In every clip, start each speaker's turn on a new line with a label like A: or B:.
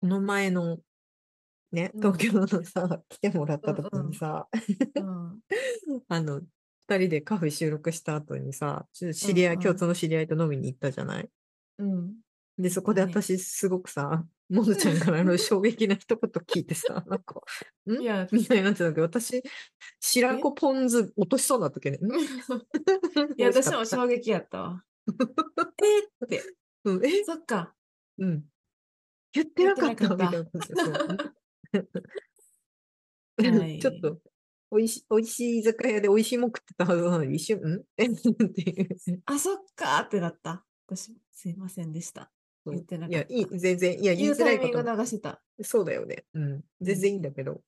A: この前の、ね、
B: うん
A: 東京のさ、来てもらった時
B: うんうん
A: にさ、
B: うん
A: あの、二人でカフェ収録した後にさ、ちょっと知り合い、
B: うんうん
A: 共通の知り合いと飲みに行ったじゃない
B: うん
A: で、そこで
B: はい
A: 私、すごくさ、モノちゃんからの衝撃な一言聞いてさ、なん か、ん
B: いや、
A: みたいになってたけど、私、白子ポン酢落としそうになったけどね。
B: いや、私も
A: も
B: 衝撃やったわ。えーって、
A: うん、え、
B: そっか。
A: うん。言ってなかった
B: 言って
A: みた
B: な
A: な
B: いかっ
A: 感じでそう
B: はい
A: ちょっと、おいし、おいしい居酒屋でおいしいもん食ってたはずなのに、一瞬、 んえっていう。
B: あ、そっかってなった。私、すいませんでした。
A: そう
B: 言ってなか
A: い
B: った
A: や、いい、全然、いや、言い
B: 言う
A: づ
B: タ
A: ら
B: イ
A: い
B: ミン
A: こ
B: グ
A: とも。
B: 流してた。
A: そうだよね。うん。全然いいんだけど。っ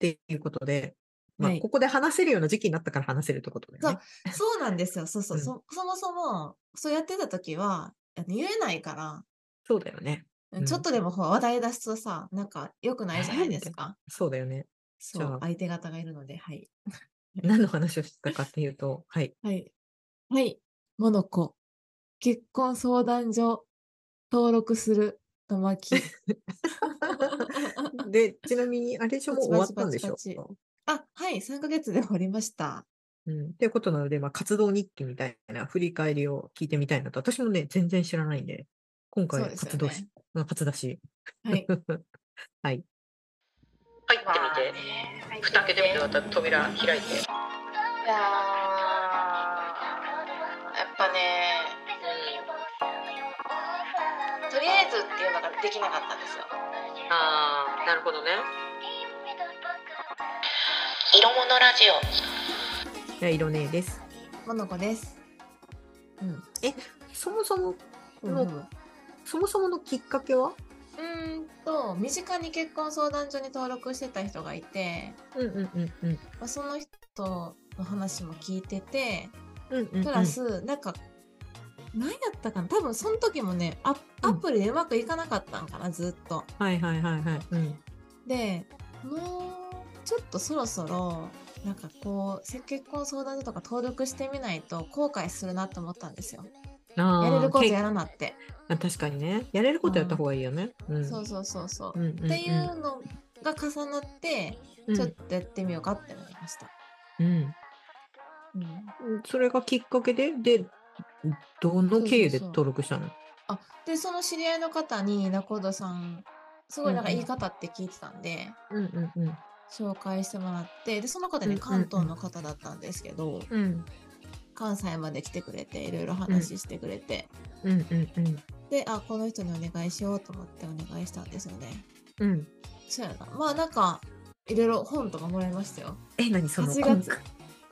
A: ていうことで、まあ、
B: はい
A: ここで話せるような時期になったから話せるってことだよね。
B: そうなんですよ。そうそう。
A: うん
B: そそもそも、そうやってた時は、あの言えないから、
A: そうだよね。うん
B: ちょっとでもほら話題出すとさ、なんか良くないじゃないです
A: えーみ
B: か。
A: そうだよね。
B: そ
A: じゃあ
B: う、相手方がいるので、はい。
A: 何の話をしてたかっていうと、 はい。
B: はい。はい。モノコ。結婚相談所、登録する、玉 木。
A: で、ちなみに、あれでしょ、もう終わったんでしょ
B: パチパチパあ、はい、3ヶ月で終わりました。
A: うん。ということなので、まあ、活動日記みたいな振り返りを聞いてみたいなと、私もね、全然知らないんで、今
B: そう
A: 回
B: です
A: 活
B: よ
A: 動し、
B: ね。
A: まあ初出し。
B: はい。
A: はい。入ってみて、蓋開けてみて、また扉開いて。
B: いやーやっぱね、うん、とりあえずっていうのができなかったんですよ
A: ああ、なるほどね。
B: 色物ラジ
A: じゃあ、色ねえです。
B: オモノコですうん
A: そもそも、
B: うん
A: もうそもそものきっかけは
B: ーんと身近に結婚相談所に登録してた人がいて、
A: うんうんうんうん。
B: まあ、その人の話も聞いてて
A: うんうん、うん。
B: プラス、なんか何やったかな多分その時もねアアプリでうまくいかなかったんかな、ずっと
A: はいはいはいはい。うん。
B: でもうちょっとそろそろなんかこうせ結婚相談所とか登録してみないと後悔するなと思ったんですよ。
A: あ
B: やれることや
A: ら
B: らなって。
A: 確かにね。やれることやった方がいいよね。うん。
B: そうそうそうそう。
A: うんうんうん
B: っていうのが重なって
A: うん
B: ちょっとやってみようかってなりました。
A: うん
B: うん
A: それがきっかけで、で、どの経由で
B: そうそうそう
A: 登録したの
B: あでその知り合いの方に仲人さんすごいなんか
A: うんうん
B: 言い方って聞いてたんで
A: うんうんうん。
B: 紹介してもらってでその方
A: う
B: ね
A: ん
B: 関東の方だったんですけど
A: うん
B: 関西まで来てくれていろいろ話してくれて。
A: うんうんうん。
B: であこの人にお願いしようと思ってお願いしたんですよね
A: うん、
B: そうやなまあなんかいろいろ本とかもらいましたよ
A: え、何その
B: 8
A: 婚
B: 月
A: 活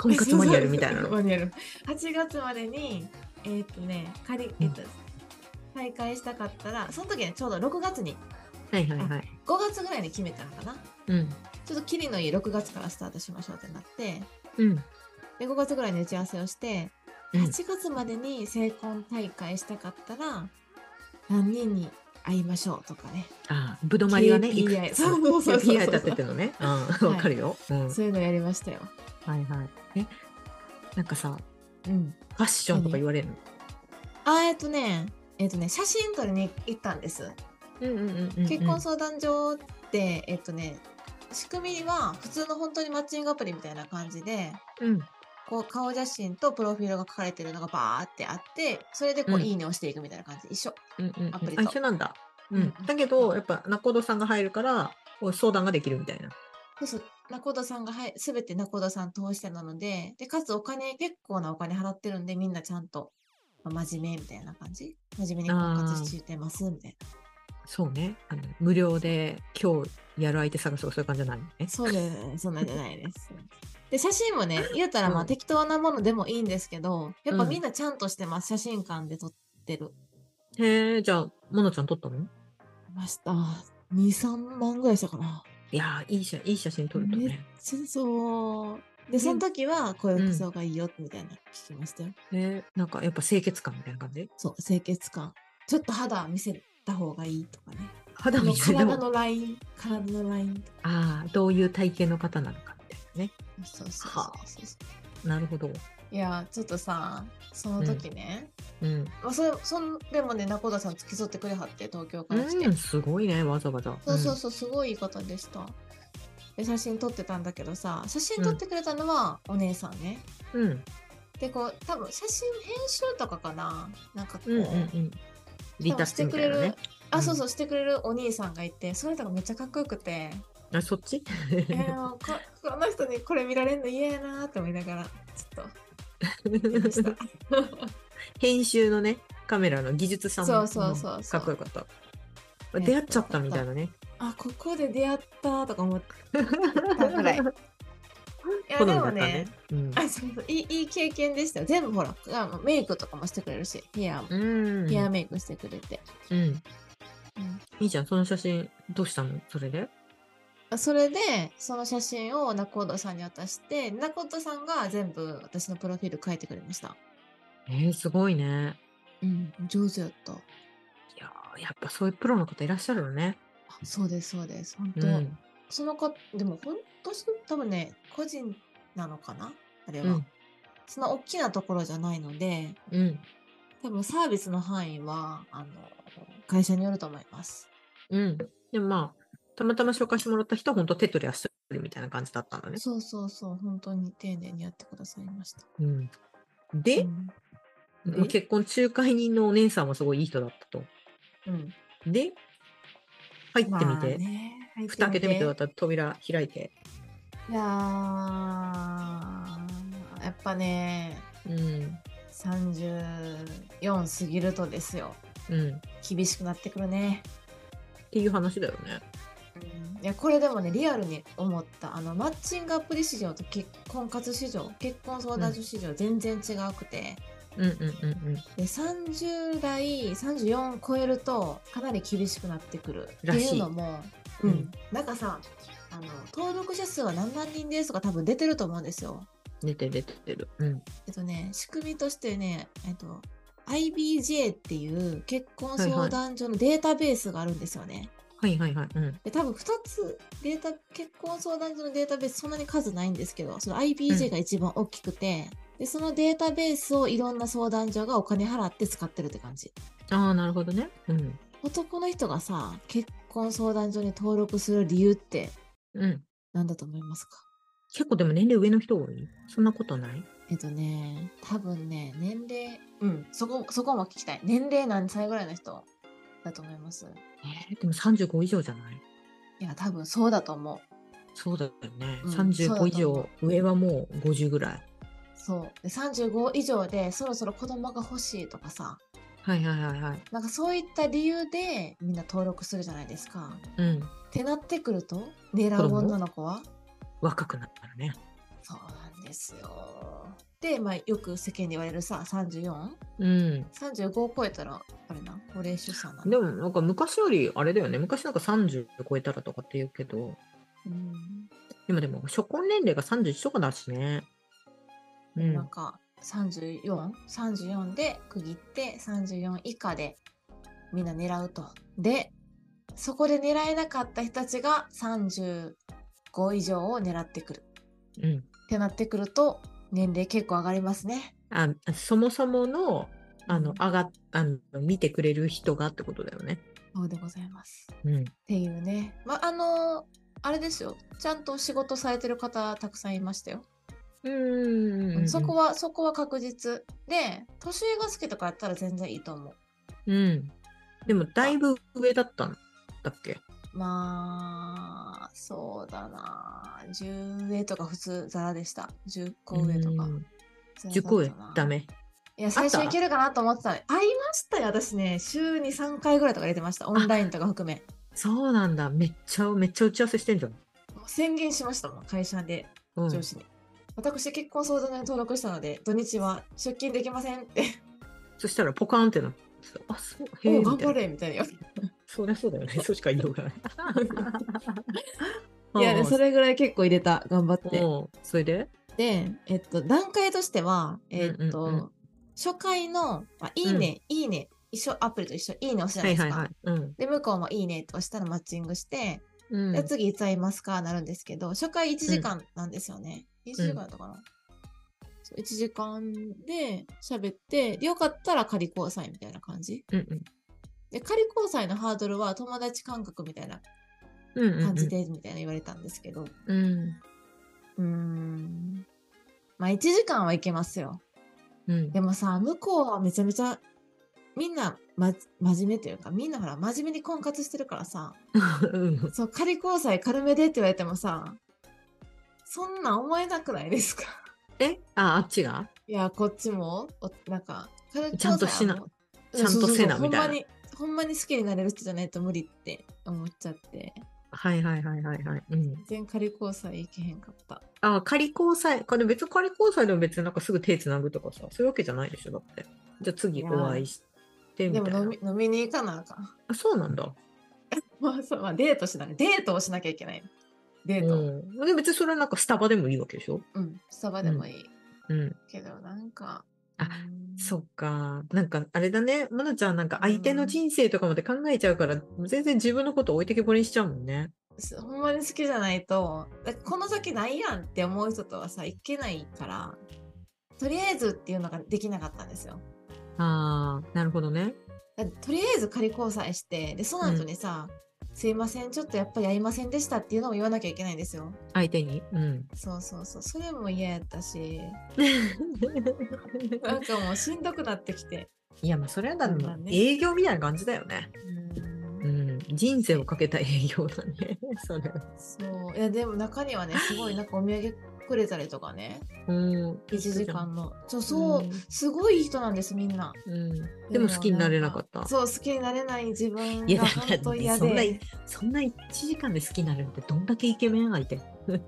A: 婚活マニュアルみたいなの。
B: マニュアル8月までにえーっとね仮えーっと再開したかったらその時ねちょうど6月に
A: はいはいはい。
B: 5月ぐらいに決めたのかな
A: うん。
B: ちょっとキリのいい6月からスタートしましょうってなって
A: うん。
B: で5月ぐらいに打ち合わせをして
A: うん
B: 8月までに成婚大会したかったら何人に会いましょうとかね
A: ああ、ぶどまりがね、
B: KPI
A: いくつ
B: そうそうそうそう
A: KPI 立ててるのね。うん、
B: い
A: わかるよ。うん。
B: そういうのやりましたよ。
A: はいはい。え、なんかさ、
B: うん。
A: ファッションとか言われるの
B: あ、えっとね、えっとね、写真撮りに行ったんです。
A: うんうんうんうんうん
B: 結婚相談所って、えっとね、仕組みは普通の本当にマッチングアプリみたいな感じで、
A: うん。
B: こう顔写真とプロフィールが書かれてるのがバーってあって、それで
A: う
B: こう、
A: ん
B: いいねをしていくみたいな感じ。一緒。
A: うんうんうん
B: アプリ
A: あ
B: と
A: 一緒なんだ。う
B: うん
A: ん。だけど、やっぱ、仲人さんが入るから、こう相談ができるみたいな。
B: そうそう。仲人さんがはい、すべて仲人さん通してなので、で、かつお金、結構なお金払ってるんで、みんなちゃんと、まあ真面目みたいな感じ。真面目に婚活してます、みたいな。
A: そうね。あの無料で今日やる相手探すとかそういう感じじゃないのね。
B: そうじゃない、そんなんじゃないです。で、写真もね、言うたらま
A: う
B: あ
A: ん
B: 適当なものでもいいんですけど、やっぱ
A: うん
B: みんなちゃんとしてます。写真館で撮ってる。
A: へえ、じゃあ、モノちゃん撮ったの
B: ました。2、3万ぐらいしたかな。
A: いやー、いい写いい写真撮るとね。
B: そうそう。で、その時は声かそうがいいよ、みたいなの聞きましたよ。
A: えー、なんかやっぱ清潔感みたいな感じ
B: そう、清潔感。ちょっと肌見せた方がいいとかね。
A: 肌
B: あの
A: 見せで
B: 体
A: も
B: のライン、体のラインとか。
A: ああどういう体型の方なのかみたいなね
B: そうそうそう
A: は
B: そうそう。
A: なるほど
B: いいやちょっとさその時ね、
A: うん。
B: まあ、それそんでもね仲田さん付き添ってくれはって東京から来て、
A: うん、すごいね、わざわざ。
B: そうそうそうすごいいい方でしたで写真撮ってたんだけどさ写真撮ってくれたのはお姉さんね、
A: うん。うん。
B: でこう多分写真編集とかかななんかこう、
A: うんうんうん。リタッチみたいな
B: して
A: ね
B: く。あそ
A: う
B: う
A: ん
B: そうしてくれるお兄さんがいてそれとかめっちゃかっこよくて、
A: あ、そっち
B: えー、もうここの人にこれ見られるの嫌やなーって思いながらちょっと見て ました
A: 編集のね、カメラの技術さんも
B: そうそうそうそう
A: かっこよかった。
B: えっと
A: 出会っちゃったみたいなね。
B: あここで出会ったとか思ったぐらいいや
A: 好みだ
B: で
A: っ
B: も
A: た
B: ね
A: ね。うん
B: あそうそういいいい経験でしたよ全部ほらあのメイクとかもしてくれるしヘアも、
A: うん。
B: ヘアメイクしてくれて、
A: うん。
B: うん
A: いいじゃん、その写真、どうしたのそれで
B: それでその写真を仲人さんに渡して仲人さんが全部私のプロフィール書いてくれました
A: えー、すごいね。
B: うん上手やったあ
A: いやーやっぱそういうプロの方いらっしゃるのね。
B: そうですそうです本
A: う
B: 当、
A: ん。
B: その子でも本当に多分ね個人なのかなあれは、
A: うん。
B: その大きなところじゃないので
A: うん。
B: 多分サービスの範囲はあの会社によると思います
A: うん。でもまあ、たまたま紹介してもらった人は本当手取り足取りみたいな感じだったんだね。
B: そうそうそう本当に丁寧にやってくださいました
A: うん。で
B: う、ん
A: まあ
B: で
A: 結婚仲介人のお姉さんはすごいいい人だったと。
B: うん
A: で、入ってみて、
B: まあね入ってみ
A: 蓋開けてみて、また扉開いて。
B: いやーやっぱね
A: うん。
B: 34過ぎるとですよ
A: うん。っ
B: 厳しくなってくるね、
A: ていう話だよね。
B: うん、いやこれでもねリアルに思ったあのマッチングアプリ市場と結婚活市場結婚相談所市場全然違うくて、
A: うんうんうんうん。
B: で30代34超えるとかなり厳しくなってくるっていうのも、う
A: い
B: ん
A: うん
B: なんかさあの登録者数は何万人ですとか多分出てると思うんですよ。
A: 出てる出てる。うん。
B: えっとね、仕組みとしてね、えっと、IBJ っていう結婚
A: はいはい
B: 相談所のデータベースがあるんですよね。
A: はいはいはい。うん。
B: で多分2つデータ、結婚相談所のデータベースそんなに数ないんですけど、その IBJ が一番大きくて、で、そのデータベースをいろんな相談所がお金払って使ってるって感じ。
A: ああ、なるほどね。うん。
B: 男の人がさ、結婚相談所に登録する理由って
A: うん。
B: 何だと思いますか
A: 結構でも年齢上の人多いそんなことない
B: えっとね、多分ね、年齢、うん、そこ、そこも聞きたい。年齢何歳ぐらいの人だと思います
A: えーでも35以上じゃない
B: いや、多分そうだと思う。
A: そうだよね。
B: うんそうだと
A: 35
B: 思う
A: 以上、上はもう50ぐらい。
B: そう。で35以上でそろそろ子供が欲しいとかさ、
A: はいはいはいはい。
B: なんかそういった理由でみんな登録するじゃないですか。
A: うん。
B: ってなってくると、狙う
A: 供
B: 女の子は
A: 若くなったらね。
B: そうなんですよ。で、まあ、よく世間で言われるさ、34?35
A: うん。
B: を超えたら、あれな、高齢出産なの
A: でもなんか昔よりあれだよね。昔なんか30超えたらとかって言うけど、
B: うん
A: 今でも初婚年齢が31とかだしね。う
B: なん
A: ん。
B: か3434で区切って34以下でみんな狙うとでそこで狙えなかった人たちが35以上を狙ってくる
A: うん。
B: ってなってくると年齢結構上がりますね
A: あそもそもの、あの、上が、あの、見てくれる人がってことだよね。
B: そうでございますっ
A: うん。
B: ていうねまああのあれですよちゃんと仕事されてる方たくさんいましたよ、
A: う
B: そこ
A: は。
B: はそこは確実で年上が好きとかやったら全然いいと思
A: う
B: う
A: ん。でもだいぶ上だったんだっけ
B: まあ、そうだな。10上とか普通ザラでした。10個上とか
A: う。ん
B: ザラ
A: 10
B: だった
A: 個上
B: な
A: ダ。メ。
B: いや、最初
A: あった
B: いけるかなと思ってた。ありましたよ。私ね、週に3回ぐらいとか入れてました。オンラインとか含め。
A: そうなんだ。めっちゃ、めっちゃ打ち合わせしてんじゃん。
B: もう宣言しましたもん、会社で、
A: うん、
B: 上司に。私、結婚相談所に登録したので、土日は出勤できませんって、
A: そしたらポカーンってなってたあ、そう、へえ、
B: おう
A: み
B: 頑
A: た
B: 張
A: いな。
B: れみたいな。い
A: そりゃそうだよね。 そうしか言いよう がない。
B: や、ね、そ
A: れ
B: れぐらい結構入れた、頑張って。
A: それで
B: で、えっと、段階としては、えっと、
A: うんうんう
B: 初回の、まあ、いいね、いいね、一緒、アプリと一緒、いいね押すじゃ
A: は
B: ない
A: い
B: です
A: はい
B: か。
A: はい。うん。
B: で、向こうもいいねと押したらマッチングして、
A: うん
B: で、次いつ会いますかなるんですけど、初回1時間なんですよね。1時間だったかな、 1時間で喋って、でよかったら仮交際みたいな感じ。
A: うんうん
B: で、仮交際のハードルは友達感覚みたいな
A: うんうんうん
B: 感じでみたいな言われたんですけど、
A: うん
B: うーん。まあ1時間はいけますよ。
A: うん
B: でもさ、向こうはめちゃめちゃ、みんな、ま、真面目というか、みんなほら、真面目に婚活してるからさ、
A: うん
B: そう、仮交際軽めでって言われてもさ、そんなん思えなくないですか
A: えああっちが
B: いや、こっちも、おなんか、軽
A: ちゃんとしな
B: 交
A: ちゃん
B: 際はもう
A: とせな
B: そうそうそう
A: みたいな
B: ほんまに、ほんまに好きになれる人じゃないと無理って思っちゃって、
A: はいはいはいはいはい、うん、
B: 全然仮交際行けへんかった。
A: あ仮交際これ別に仮交際でも別になんかすぐ手つなぐとかさそういうわけじゃないでしょだってじゃあ次お会いして
B: で
A: みたい
B: も
A: な
B: 飲み飲みに行かなあかん。
A: あそうなんだ
B: まあ、そうまあ、デートしなきゃ、デートをしなきゃいけない。デート。
A: うん、で別にそれはなんかスタバでもいいわけでしょ、
B: うん、スタバでもいい。
A: うん、
B: けど、なんか。
A: あ
B: うん
A: そっかなんかあれだねまなちゃんなんか相手の人生とかまで考えちゃうから、全然自分のこと置いてけぼりにしちゃうもんね
B: すほんまに好きじゃないと、だこの先ないやんって思う人とはさ、いけないから、とりあえずっていうのができなかったんですよ。
A: ああなるほどね
B: だってとりあえず仮交際して、で、その後にさ、すいません、ちょっとやっぱり会いませんでしたっていうのも言わなきゃいけないんですよ。
A: 相手にうん
B: そうそうそう、それも嫌やったし、なんかもうしんどくなってきて。
A: いやまあそれはだってもう
B: そうだね
A: 営業みたいな感じだよね
B: うん
A: うん人生をかけた営業だね それは
B: そういやでも中にはねすごいなんかお土産くれたりとかね
A: うん
B: 1時間のそうそう、
A: うん
B: すごいいい人なんですみんな
A: うん、でも好きになれなかった
B: でもんそう好きになれない自分
A: いや
B: が
A: だか
B: 本
A: ら
B: 当
A: ね
B: 嫌
A: そんな
B: で
A: そんな1時間で好きになれるってどんだけイケメン相手
B: わ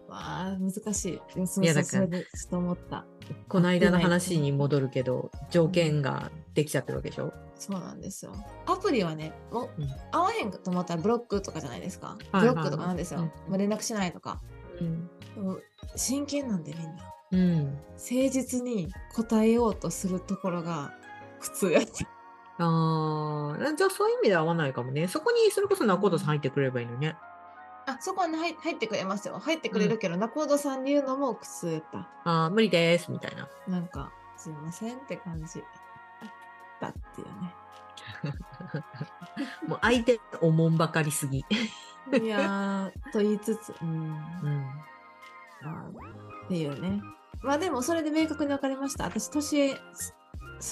B: あ難しいそうそう
A: いやだ
B: そ
A: から
B: れでちょっと思った
A: この間の話に戻るけど条件ができちゃってるわけでしょ
B: そうなんですよアプリはねもう、
A: うん
B: 合わへんと思ったらブロックとかじゃないですか、
A: はいはい
B: ブロックとかなんですよ、
A: うん
B: まあ連絡しないとか
A: うん、
B: でも真剣なんでみんな
A: うん、
B: 誠実に答えようとするところが苦痛や った
A: あーじゃあそういう意味では合わないかもねそこにそれこそ仲人さん入ってくれればいいのにね
B: あそこはね入入ってくれますよ入ってくれるけど、仲人さんに言うのも苦痛やった
A: あー無理ですみたいな
B: なんかすいませんって感じだっていう
A: もう相手おもんばかりすぎ、
B: ねいやーと言いつつうん
A: うん、
B: まあっていうねまあでもそれで明確に分かりました私年す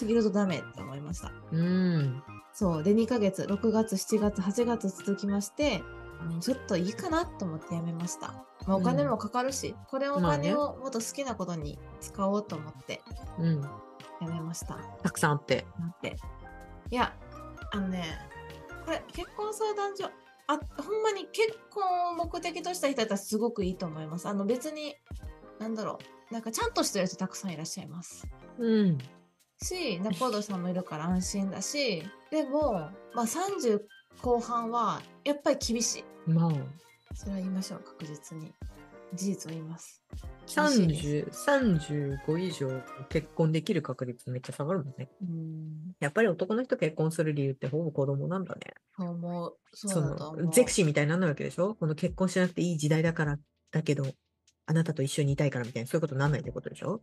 B: 過ぎるとダメって思いました
A: うん
B: そうで2ヶ月6月7月8月続きましてうんちょっといいかなと思ってやめました、まあ、お金もかかるし、これお
A: まあね
B: 金をもっと好きなことに使おうと思って
A: うん
B: やめました、
A: たくさんあって
B: なって。いや、あのね、これ結婚相談所、あほんまに結婚を目的とした人だったらすごくいいと思います。あの別に、なんだろう、なんかちゃんとしてる人たくさんいらっしゃいます。
A: うん
B: し、仲人さんもいるから安心だし、でも、まあ30後半はやっぱり厳しい。
A: まあ
B: それは言いましょう、確実に。事実を言います。
A: 30 35以上結婚できる確率めっちゃ下がるもんね
B: うん、
A: やっぱり男の人結婚する理由ってほぼ子供なんだね。
B: そう思う。そ
A: そう
B: だと思
A: の
B: う。
A: ゼクシーみたいになんないわけでしょこの結婚しなくていい時代だからだけど、あなたと一緒にいたいからみたいな、そういうことにならないってことでしょ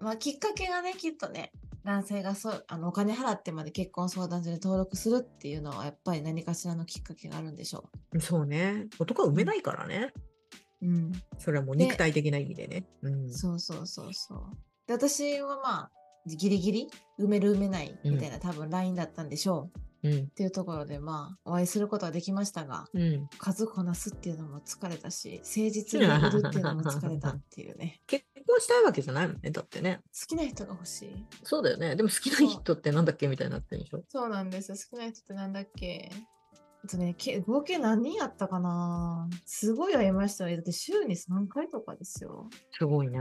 B: まあ、きっかけがねきっとね男性がそうあのお金払ってまで結婚相談所に登録するっていうのはやっぱり何かしらのきっかけがあるんでしょ
A: そうね。男は産めないからね。
B: う。うん、
A: それはもう
B: で
A: 肉体的な意味でね。うん。
B: そうそうそうそう。で私はまあギリギリ埋める埋めないみたいな、多分 LINE だったんでしょ
A: う
B: う
A: ん。
B: っていうところでまあお会いすることはできましたが
A: うん。
B: 数こなすっていうのも疲れたし誠実にいるっていうのも疲れたっていうね
A: 結婚したいわけじゃないもんね。だってね。
B: 好きな人が欲しい
A: そうだよね。でも好きな人ってなんだっけみたいになってるでしょ
B: そうなんですよ。少ない人ってなんだっけあとね、け合計何人やったかなすごい会いましたよ。だって週に3回とかですよ。
A: すごいね。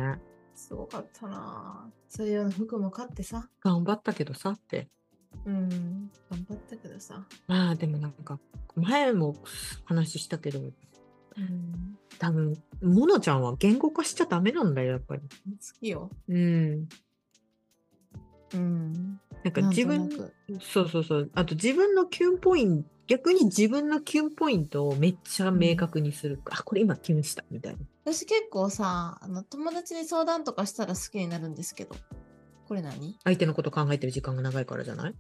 B: すごかったなそういう服も買ってさ。
A: 頑張ったけどさって。
B: うん。頑張ったけどさ。
A: まあでもなんか、前も話したけど、
B: うん。
A: 多分、モノちゃんは言語化しちゃダメなんだよ、やっぱり。
B: 好きよ。
A: うん。
B: うん。
A: なんか
B: なんと
A: 自
B: な
A: 分、
B: く
A: そうそうそう。あと自分のキュンポイント、逆に自分のキュンポイントをめっちゃ明確にする。あ、これ今キュンしたみたいな。
B: 私結構さあの友達に相談とかしたら好きになるんですけどこれ何
A: 相手のこと考えてる時間が長いからじゃない、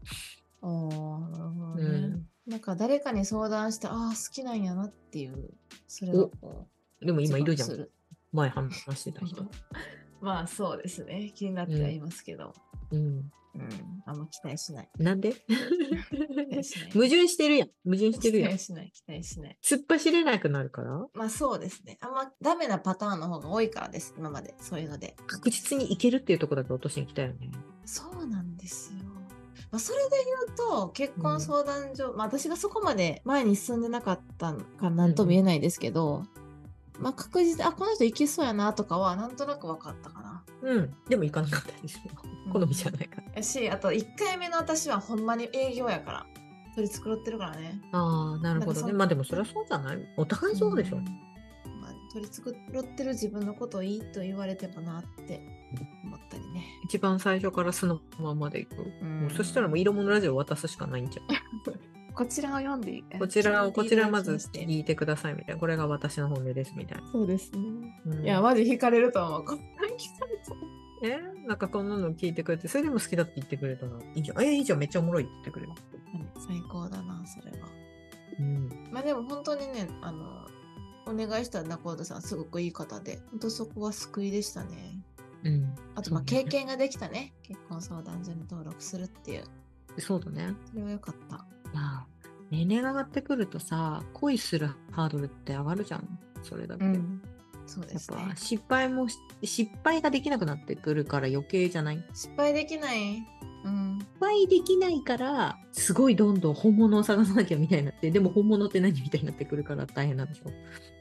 B: おーなるほど
A: う
B: ね、
A: ん、
B: なんか誰かに相談してああ好きなんやなっていうそれをこ
A: でも
B: う
A: 今いるじゃ
B: 自
A: ん
B: 覚
A: 前話してた
B: す
A: 人
B: るまあそうですね気になってはいますけど、
A: うん
B: うんあんま期待しない
A: なん で
B: 期待しない
A: 矛盾してるやん矛盾してる
B: 期
A: やん
B: 待しない期待しない
A: 突っ走れなくなるから
B: まあそうですねあんまダメなパターンの方が多いからです今までそういうので
A: 確実にいけるっていうところだけ落としに来たよね
B: そうなんですよ。まあ、それで言うと結婚相談所、まあ、私がそこまで前に進んでなかったから何とも言えないですけど、まあ、確実にあこの人いけそうやなとかはなんとなく分かったかな。
A: うんでも行かなかったでし
B: うん
A: ょ好みじゃないから、
B: やしあと1回目の私はほんまに営業やから取り繕ってるからね。
A: ああなるほ
B: なん
A: ど
B: かそ
A: ね
B: の
A: まあでもそりゃそうじゃないお互いそうでしょ、
B: んまあ、取り繕ってる自分のことをいいと言われてもなって思ったりね。
A: 一番最初から素のままでいく、もうそしたらもう
B: い
A: 色物ラジオ渡すしかないんじゃん
B: こちらを読んでいい
A: こちらをこちらまず
B: して
A: 聞いてくださいみたいなこれが私の本音ですみたいな、
B: そうですね。
A: うん
B: いや、マジ惹かれると思う。こんなに聞かれた。
A: えなんかこんなの聞いてくれてそれでも好きだって言ってくれたらいいじゃんえいいじゃんめっちゃおもろいって言ってくれる、
B: 最高だな、それは。
A: うん、
B: まあでも本当にね、あの、お願いした中田さん、すごくいい方で、本当そこは救いでしたね。
A: うん、
B: あと、まあ
A: そうね
B: 経験ができたね。結婚相談所に登録するっていう。
A: そうだね
B: それは良かった。
A: まあ年齢が上がってくるとさ恋するハードルって上がるじゃんそれだけ、
B: うん。そう
A: や
B: で
A: っ
B: すね
A: ぱ。失敗もし失敗ができなくなってくるから余計じゃない失
B: 失敗できない。うん。
A: 敗できないからすごいどんどん本物を探さなきゃみたいになってでも本物って何みたいになってくるから大変なんでしょ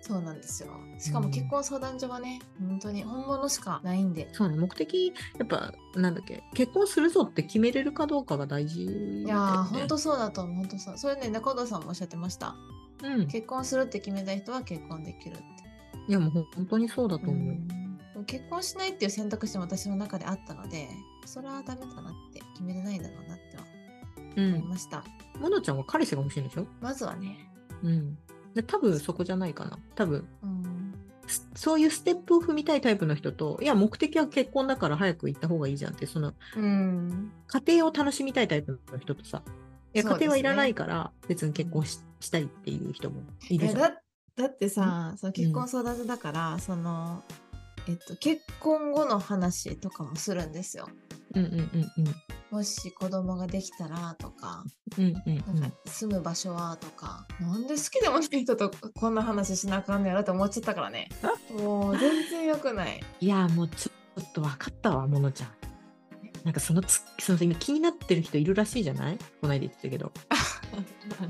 B: そうなんですよ。しかも
A: うん
B: 結婚相談所はね、本当に本物しかないんで。
A: そうね目的やっぱなんだっけ結婚するぞって決めれるかどうかが大事だよね
B: いやー、本当そうだと思う。本当そう。それね、中田さんもおっしゃってました。
A: うんい
B: 結婚するって決めた人は結婚できるって。
A: やもう本当にそうだと思う、
B: うん結婚しないっていう選択肢も私の中であったのでそれはダメだなって決めれないだろうなっては
A: うん
B: 思いました、
A: まなちゃんは彼氏が欲しいんでしょ
B: まずはね、
A: うんで多分そこじゃないかな多分
B: うん、
A: すそういうステップを踏みたいタイプの人といや目的は結婚だから早く行った方がいいじゃんってその
B: うん、
A: 家庭を楽しみたいタイプの人とさいや
B: そう
A: 家
B: ですね
A: 庭はいらないから別に結婚し,、したいっていう人もい
B: い
A: る
B: や
A: じゃん。
B: だだってさその結婚相談所だから、そのえっと結婚後の話とかもするんですよ
A: うんうんうんうん
B: もし子供ができたらとか
A: うんうん
B: なんか住む場所はとか、なんで好きでもない人とこんな話しなあかんねやろって思っちゃったから ねもう全然良くない
A: いやもうちょっと分かったわものちゃん。なんかそのつその今気になってる人いるらしいじゃないこないで言ってたけど、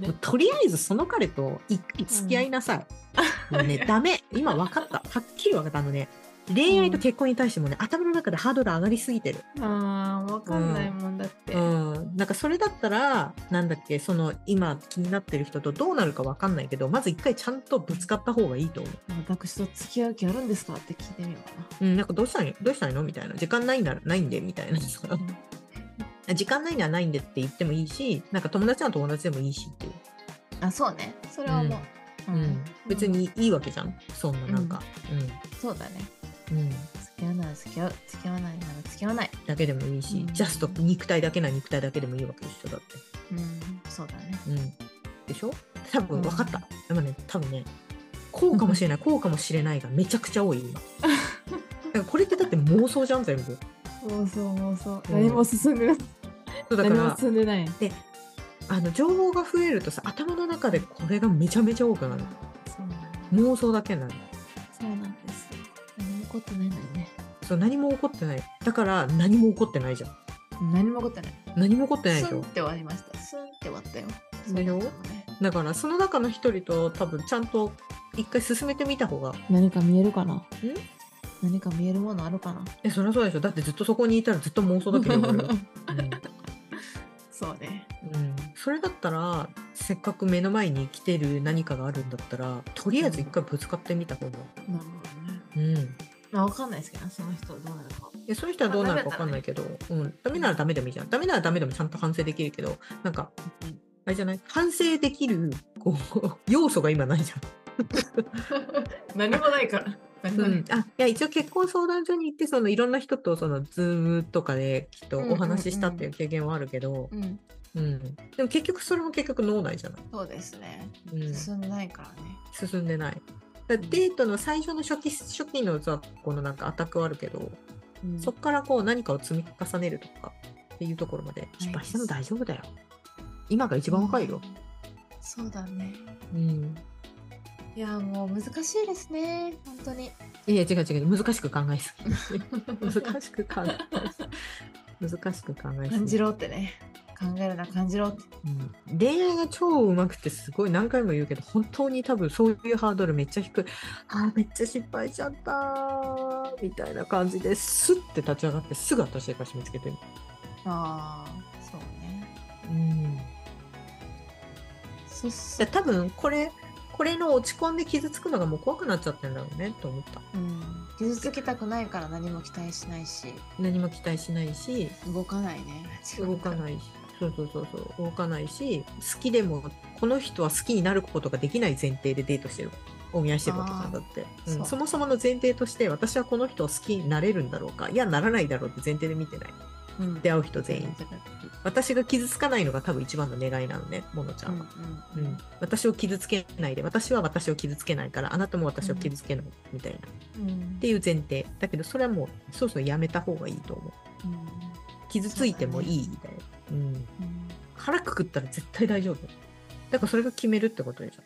A: もうとりあえずその彼と一回付き合いな さい。もうねダメ今分かったはっきり分かったあのね恋愛と結婚に対してもね、頭の中でハードル上がりすぎてる。
B: あーわかんないもんだって、
A: うん、なんかそれだったらなんだっけその今気になってる人とどうなるか分かんないけどまず一回ちゃんとぶつかった方がいいと思
B: 私と付き合う気あるんですかって聞いてみよ
A: う、うん、なんかどうしたいどうしたいのみたいな時間ないならないんでみたいな
B: うかな。
A: 時間ないならないんでって言ってもいいしなんか友達なら友達でもいいしっていう、
B: あ、そうね。それは思う。
A: うん別。にいいわけじゃんそんななんか、
B: そうだね。
A: うんうん
B: 付き合うなら付き合う。付き合わないなら付き合わない。
A: だけでもいいし、
B: うん
A: ジャスト肉体だけなら肉体だけでもいいわけでしょだって。
B: うん、そうだね。
A: うん、でしょ多分分かった、でもね多分ねこうかもしれないこうかもしれないがめちゃくちゃ 多い今だからこれってだって妄想じゃん全部そ
B: そうそうそうそう。
A: 何
B: 何
A: も
B: も進んでない。
A: うだか
B: 何も
A: ら
B: 進んでない。
A: あの情報が増えるとさ頭の中でこれがめちゃめちゃ多くなる
B: そうなん
A: 妄想だけになる
B: そうなんです。何も起こってないのにね。
A: そう何も起こってないだから何も起こってないじゃん
B: 何も起こってない。
A: 何も起こってないでし
B: スンっ
A: ょ
B: て終わりました。スンって終わったよ。
A: でしょ
B: そうなんだよね
A: だからその中の一人と多分ちゃんと一回進めてみた方が
B: 何か見えるかな何か見えるものあるかな
A: えそりゃそうでしょだってずっとそこにいたらずっと妄想だけで終わるよ、うん
B: そうね。
A: うん、それだったらせっかく目の前に来てる何かがあるんだったらとりあえず一回ぶつかってみた方が、
B: なるほどね。
A: うん、
B: まあ、わかんないですけど、その人どうなるか。
A: でそういう人はどうなるか分かんないけど、うん、ダメならダメでもいいじゃんダメならダメでもちゃんと反省できるけどなんか
B: うん
A: あれじゃない反省 できるこう要素が今ないじゃん
B: 何もないから。
A: うん、あいや一応結婚相談所に行ってそのいろんな人とそのズームとかできっとお話ししたっていう経験はあるけど、
B: うん、
A: うんでも結局それも結局脳内じゃない、
B: そうですね。
A: うん、
B: 進んでないからね。
A: 進んでないだからデートの最初の初期初期のさこのなんかアタックはあるけど、
B: うん
A: そこからこう何かを積み重ねるとかっていうところまで失敗しても大丈夫だよ今が一番若いよ、。
B: そうだね。
A: うん、
B: いやもう難しいですね。本当に。
A: いや違う違う難しく考えすぎ難しく考え難しく考え
B: 感
A: す
B: じ
A: ぎ、
B: ろってね。考えるな感じろって。
A: うん恋愛が超うまくてすごい何回も言うけど本当に多分そういうハードルめっちゃ低いあーめっちゃ失敗しちゃったーみたいな感じでスッて立ち上がってすぐ私で歌詞見つけてる
B: ああ、そうね。
A: うん
B: そし
A: じゃあ多分これこれの落ち込んで傷つくのがもう怖くなっちゃってんだろうねと思った
B: うん、傷つけたくないから何も期待しないし
A: 何も期待しないし
B: 動かないね
A: 動か
B: い
A: ないしそうそうそうそう動かないし好きでもこの人は好きになることができない前提でデートしてるお見合いしてるわけじゃんだって、うん
B: そう
A: そもそもの前提として私はこの人を好きになれるんだろうかいやならないだろうって前提で見てない
B: うん
A: 出会う人全員私が傷つかないのが多分一番の願いなのねモノちゃ
B: うんん
A: は、うん私を傷つけないで私は私を傷つけないからあなたも私を傷つけないみたいな、
B: うんう
A: っ
B: ん
A: ていう前提だけどそれはもうそろそろやめた方がいいと思う
B: うん
A: 傷ついてもいいみたいな、うん、
B: うん
A: 腹くくったら絶対大丈夫だからそれが決めるってことでしょ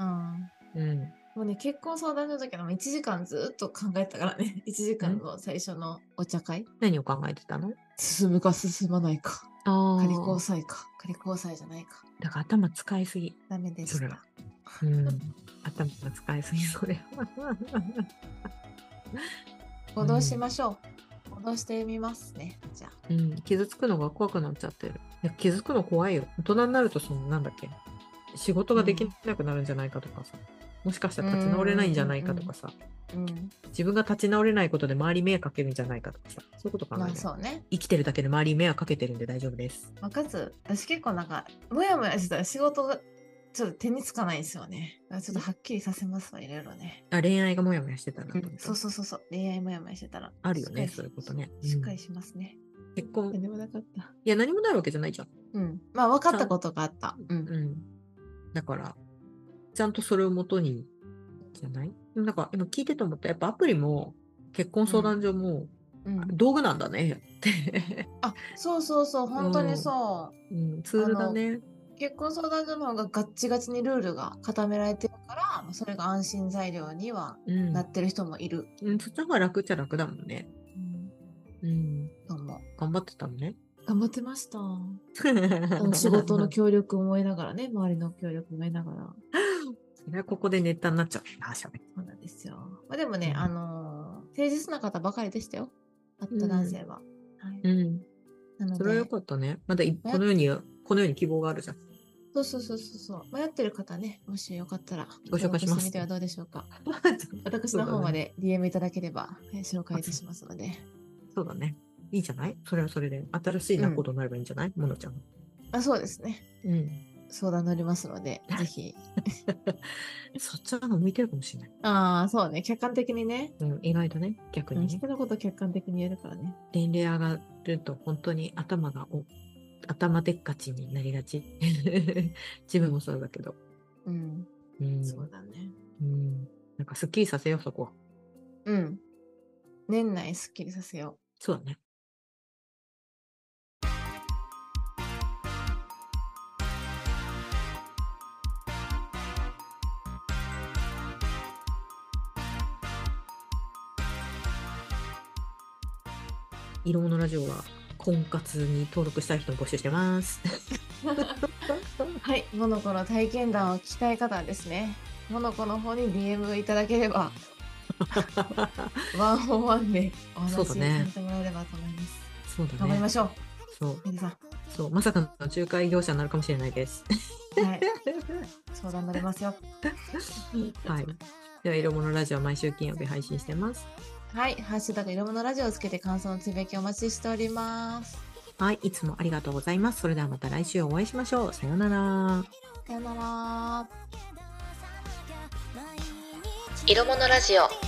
B: うん
A: うん
B: もうね結婚相談所の時の1時間ずっと考えてたからね1時間の最初のお茶会
A: 何を考えてたの
B: 進むか進まないか
A: あ
B: 仮交際か仮交際じゃないか
A: だから頭使いすぎ、
B: ダメでし
A: それ
B: た
A: はうん、頭使いすぎそれは
B: 行動しましょう行動してみますねじゃあ
A: うん傷つくのが怖くなっちゃってるいや傷つくの怖いよ大人になるとそのなんだっけ仕事ができなくなるんじゃないかとかさ、もしかしたら立ち直れないんじゃないかとかさ、
B: うん
A: 自分が立ち直れないことで周りに迷惑かけるんじゃないかとかさそういうこと考え
B: ま
A: ない
B: あそうね
A: 生きてるだけで周りに迷惑かけてるんで大丈夫です
B: まあ、かつ私結構なんかモヤモヤしてたら仕事がちょっと手につかないんですよねだからちょっとはっきりさせますわいろいろね、
A: あ恋愛がモヤモヤしてたら、
B: そうそうそうそう恋愛モヤモヤしてたら
A: あるよね
B: しっかり
A: そういうことね
B: しっかりしますね、
A: 結婚い
B: 何もなかった
A: や何もないわけじゃないじゃん、
B: うんまあ分かったことがあったうん
A: うん、だからちゃんとそれをもとにじゃないでもなんか今聞いてて思ったやっぱアプリも結婚相談所も
B: うん、
A: 道具なんだねって、
B: あそうそうそう本当にそう、
A: うん、ツールだね
B: 結婚相談所の方がガッチガチにルールが固められてるからまあそれが安心材料には
A: うん
B: なってる人もいる、
A: うん、そっちの方が楽っちゃ楽だもんね、
B: うん、
A: うん、
B: と思
A: 頑張ってたのね
B: う頑張ってましたあの
A: の
B: 仕事の協力を思いなが らね、周りの協力を思いながら。
A: そ れはここでネタになっちゃうな、しゃべ
B: そうなんですよ。まあ、でもね、
A: うん
B: あのー誠実な方ばかりでしたよ。会った男性は。はい、
A: うん。
B: なの
A: それは
B: で
A: よ、かったね。まだいこのように、このように希望があるじゃん。
B: そうそうそうそうそう。迷ってる方ね、もしよかったら、
A: ご紹介します
B: 登録てみてはどうでしょうか。私の方まで DM いただければ、はい紹介いたしますので。
A: そうだね。いいじゃないそれはそれで。新しい仲人になればいいんじゃない、ものちゃん。
B: あ、そうですね。
A: うん。
B: 相談乗りますので、ぜひ。
A: そっちの方が向いてるかもしれない。
B: ああ、そうね。客観的にね。
A: うん、意外とね、逆にね
B: 人。のこと客観的に言えるからね。
A: 年齢上がると本当に頭がお、頭でっかちになりがち。 自分もそうだけど。
B: うん。
A: うん。
B: そうだね。
A: うん、なんかすっきりさせよう、そこは。
B: うん。年内すっきりさせよう。
A: そうだね。いろものラジオは婚活に登録したい人も募集して ます。
B: はい、モノコの体験談を聞きたい方はですね、モノコの方に DM いただけれ ば、ワンオンワンでお話
A: そ
B: を
A: う
B: さ
A: だ
B: せ
A: ね
B: てもらえればと思います。
A: そうだ
B: 頑張り
A: ね
B: ま。しょう、
A: そう、
B: 皆さ
A: そう、まさかの仲介業者になるかもしれない です。
B: ん。はい、相談乗れますよ。
A: はい。では、いろものラジオは毎週金曜日配信してます。
B: はい、ハッシュタグいろものラジオをつけて感想のつぶやきお待ちしております。
A: はい、いつもありがとうございます。それではまた来週お会いしましょう。さようなら。
B: さよなら。
C: 色物ラジオ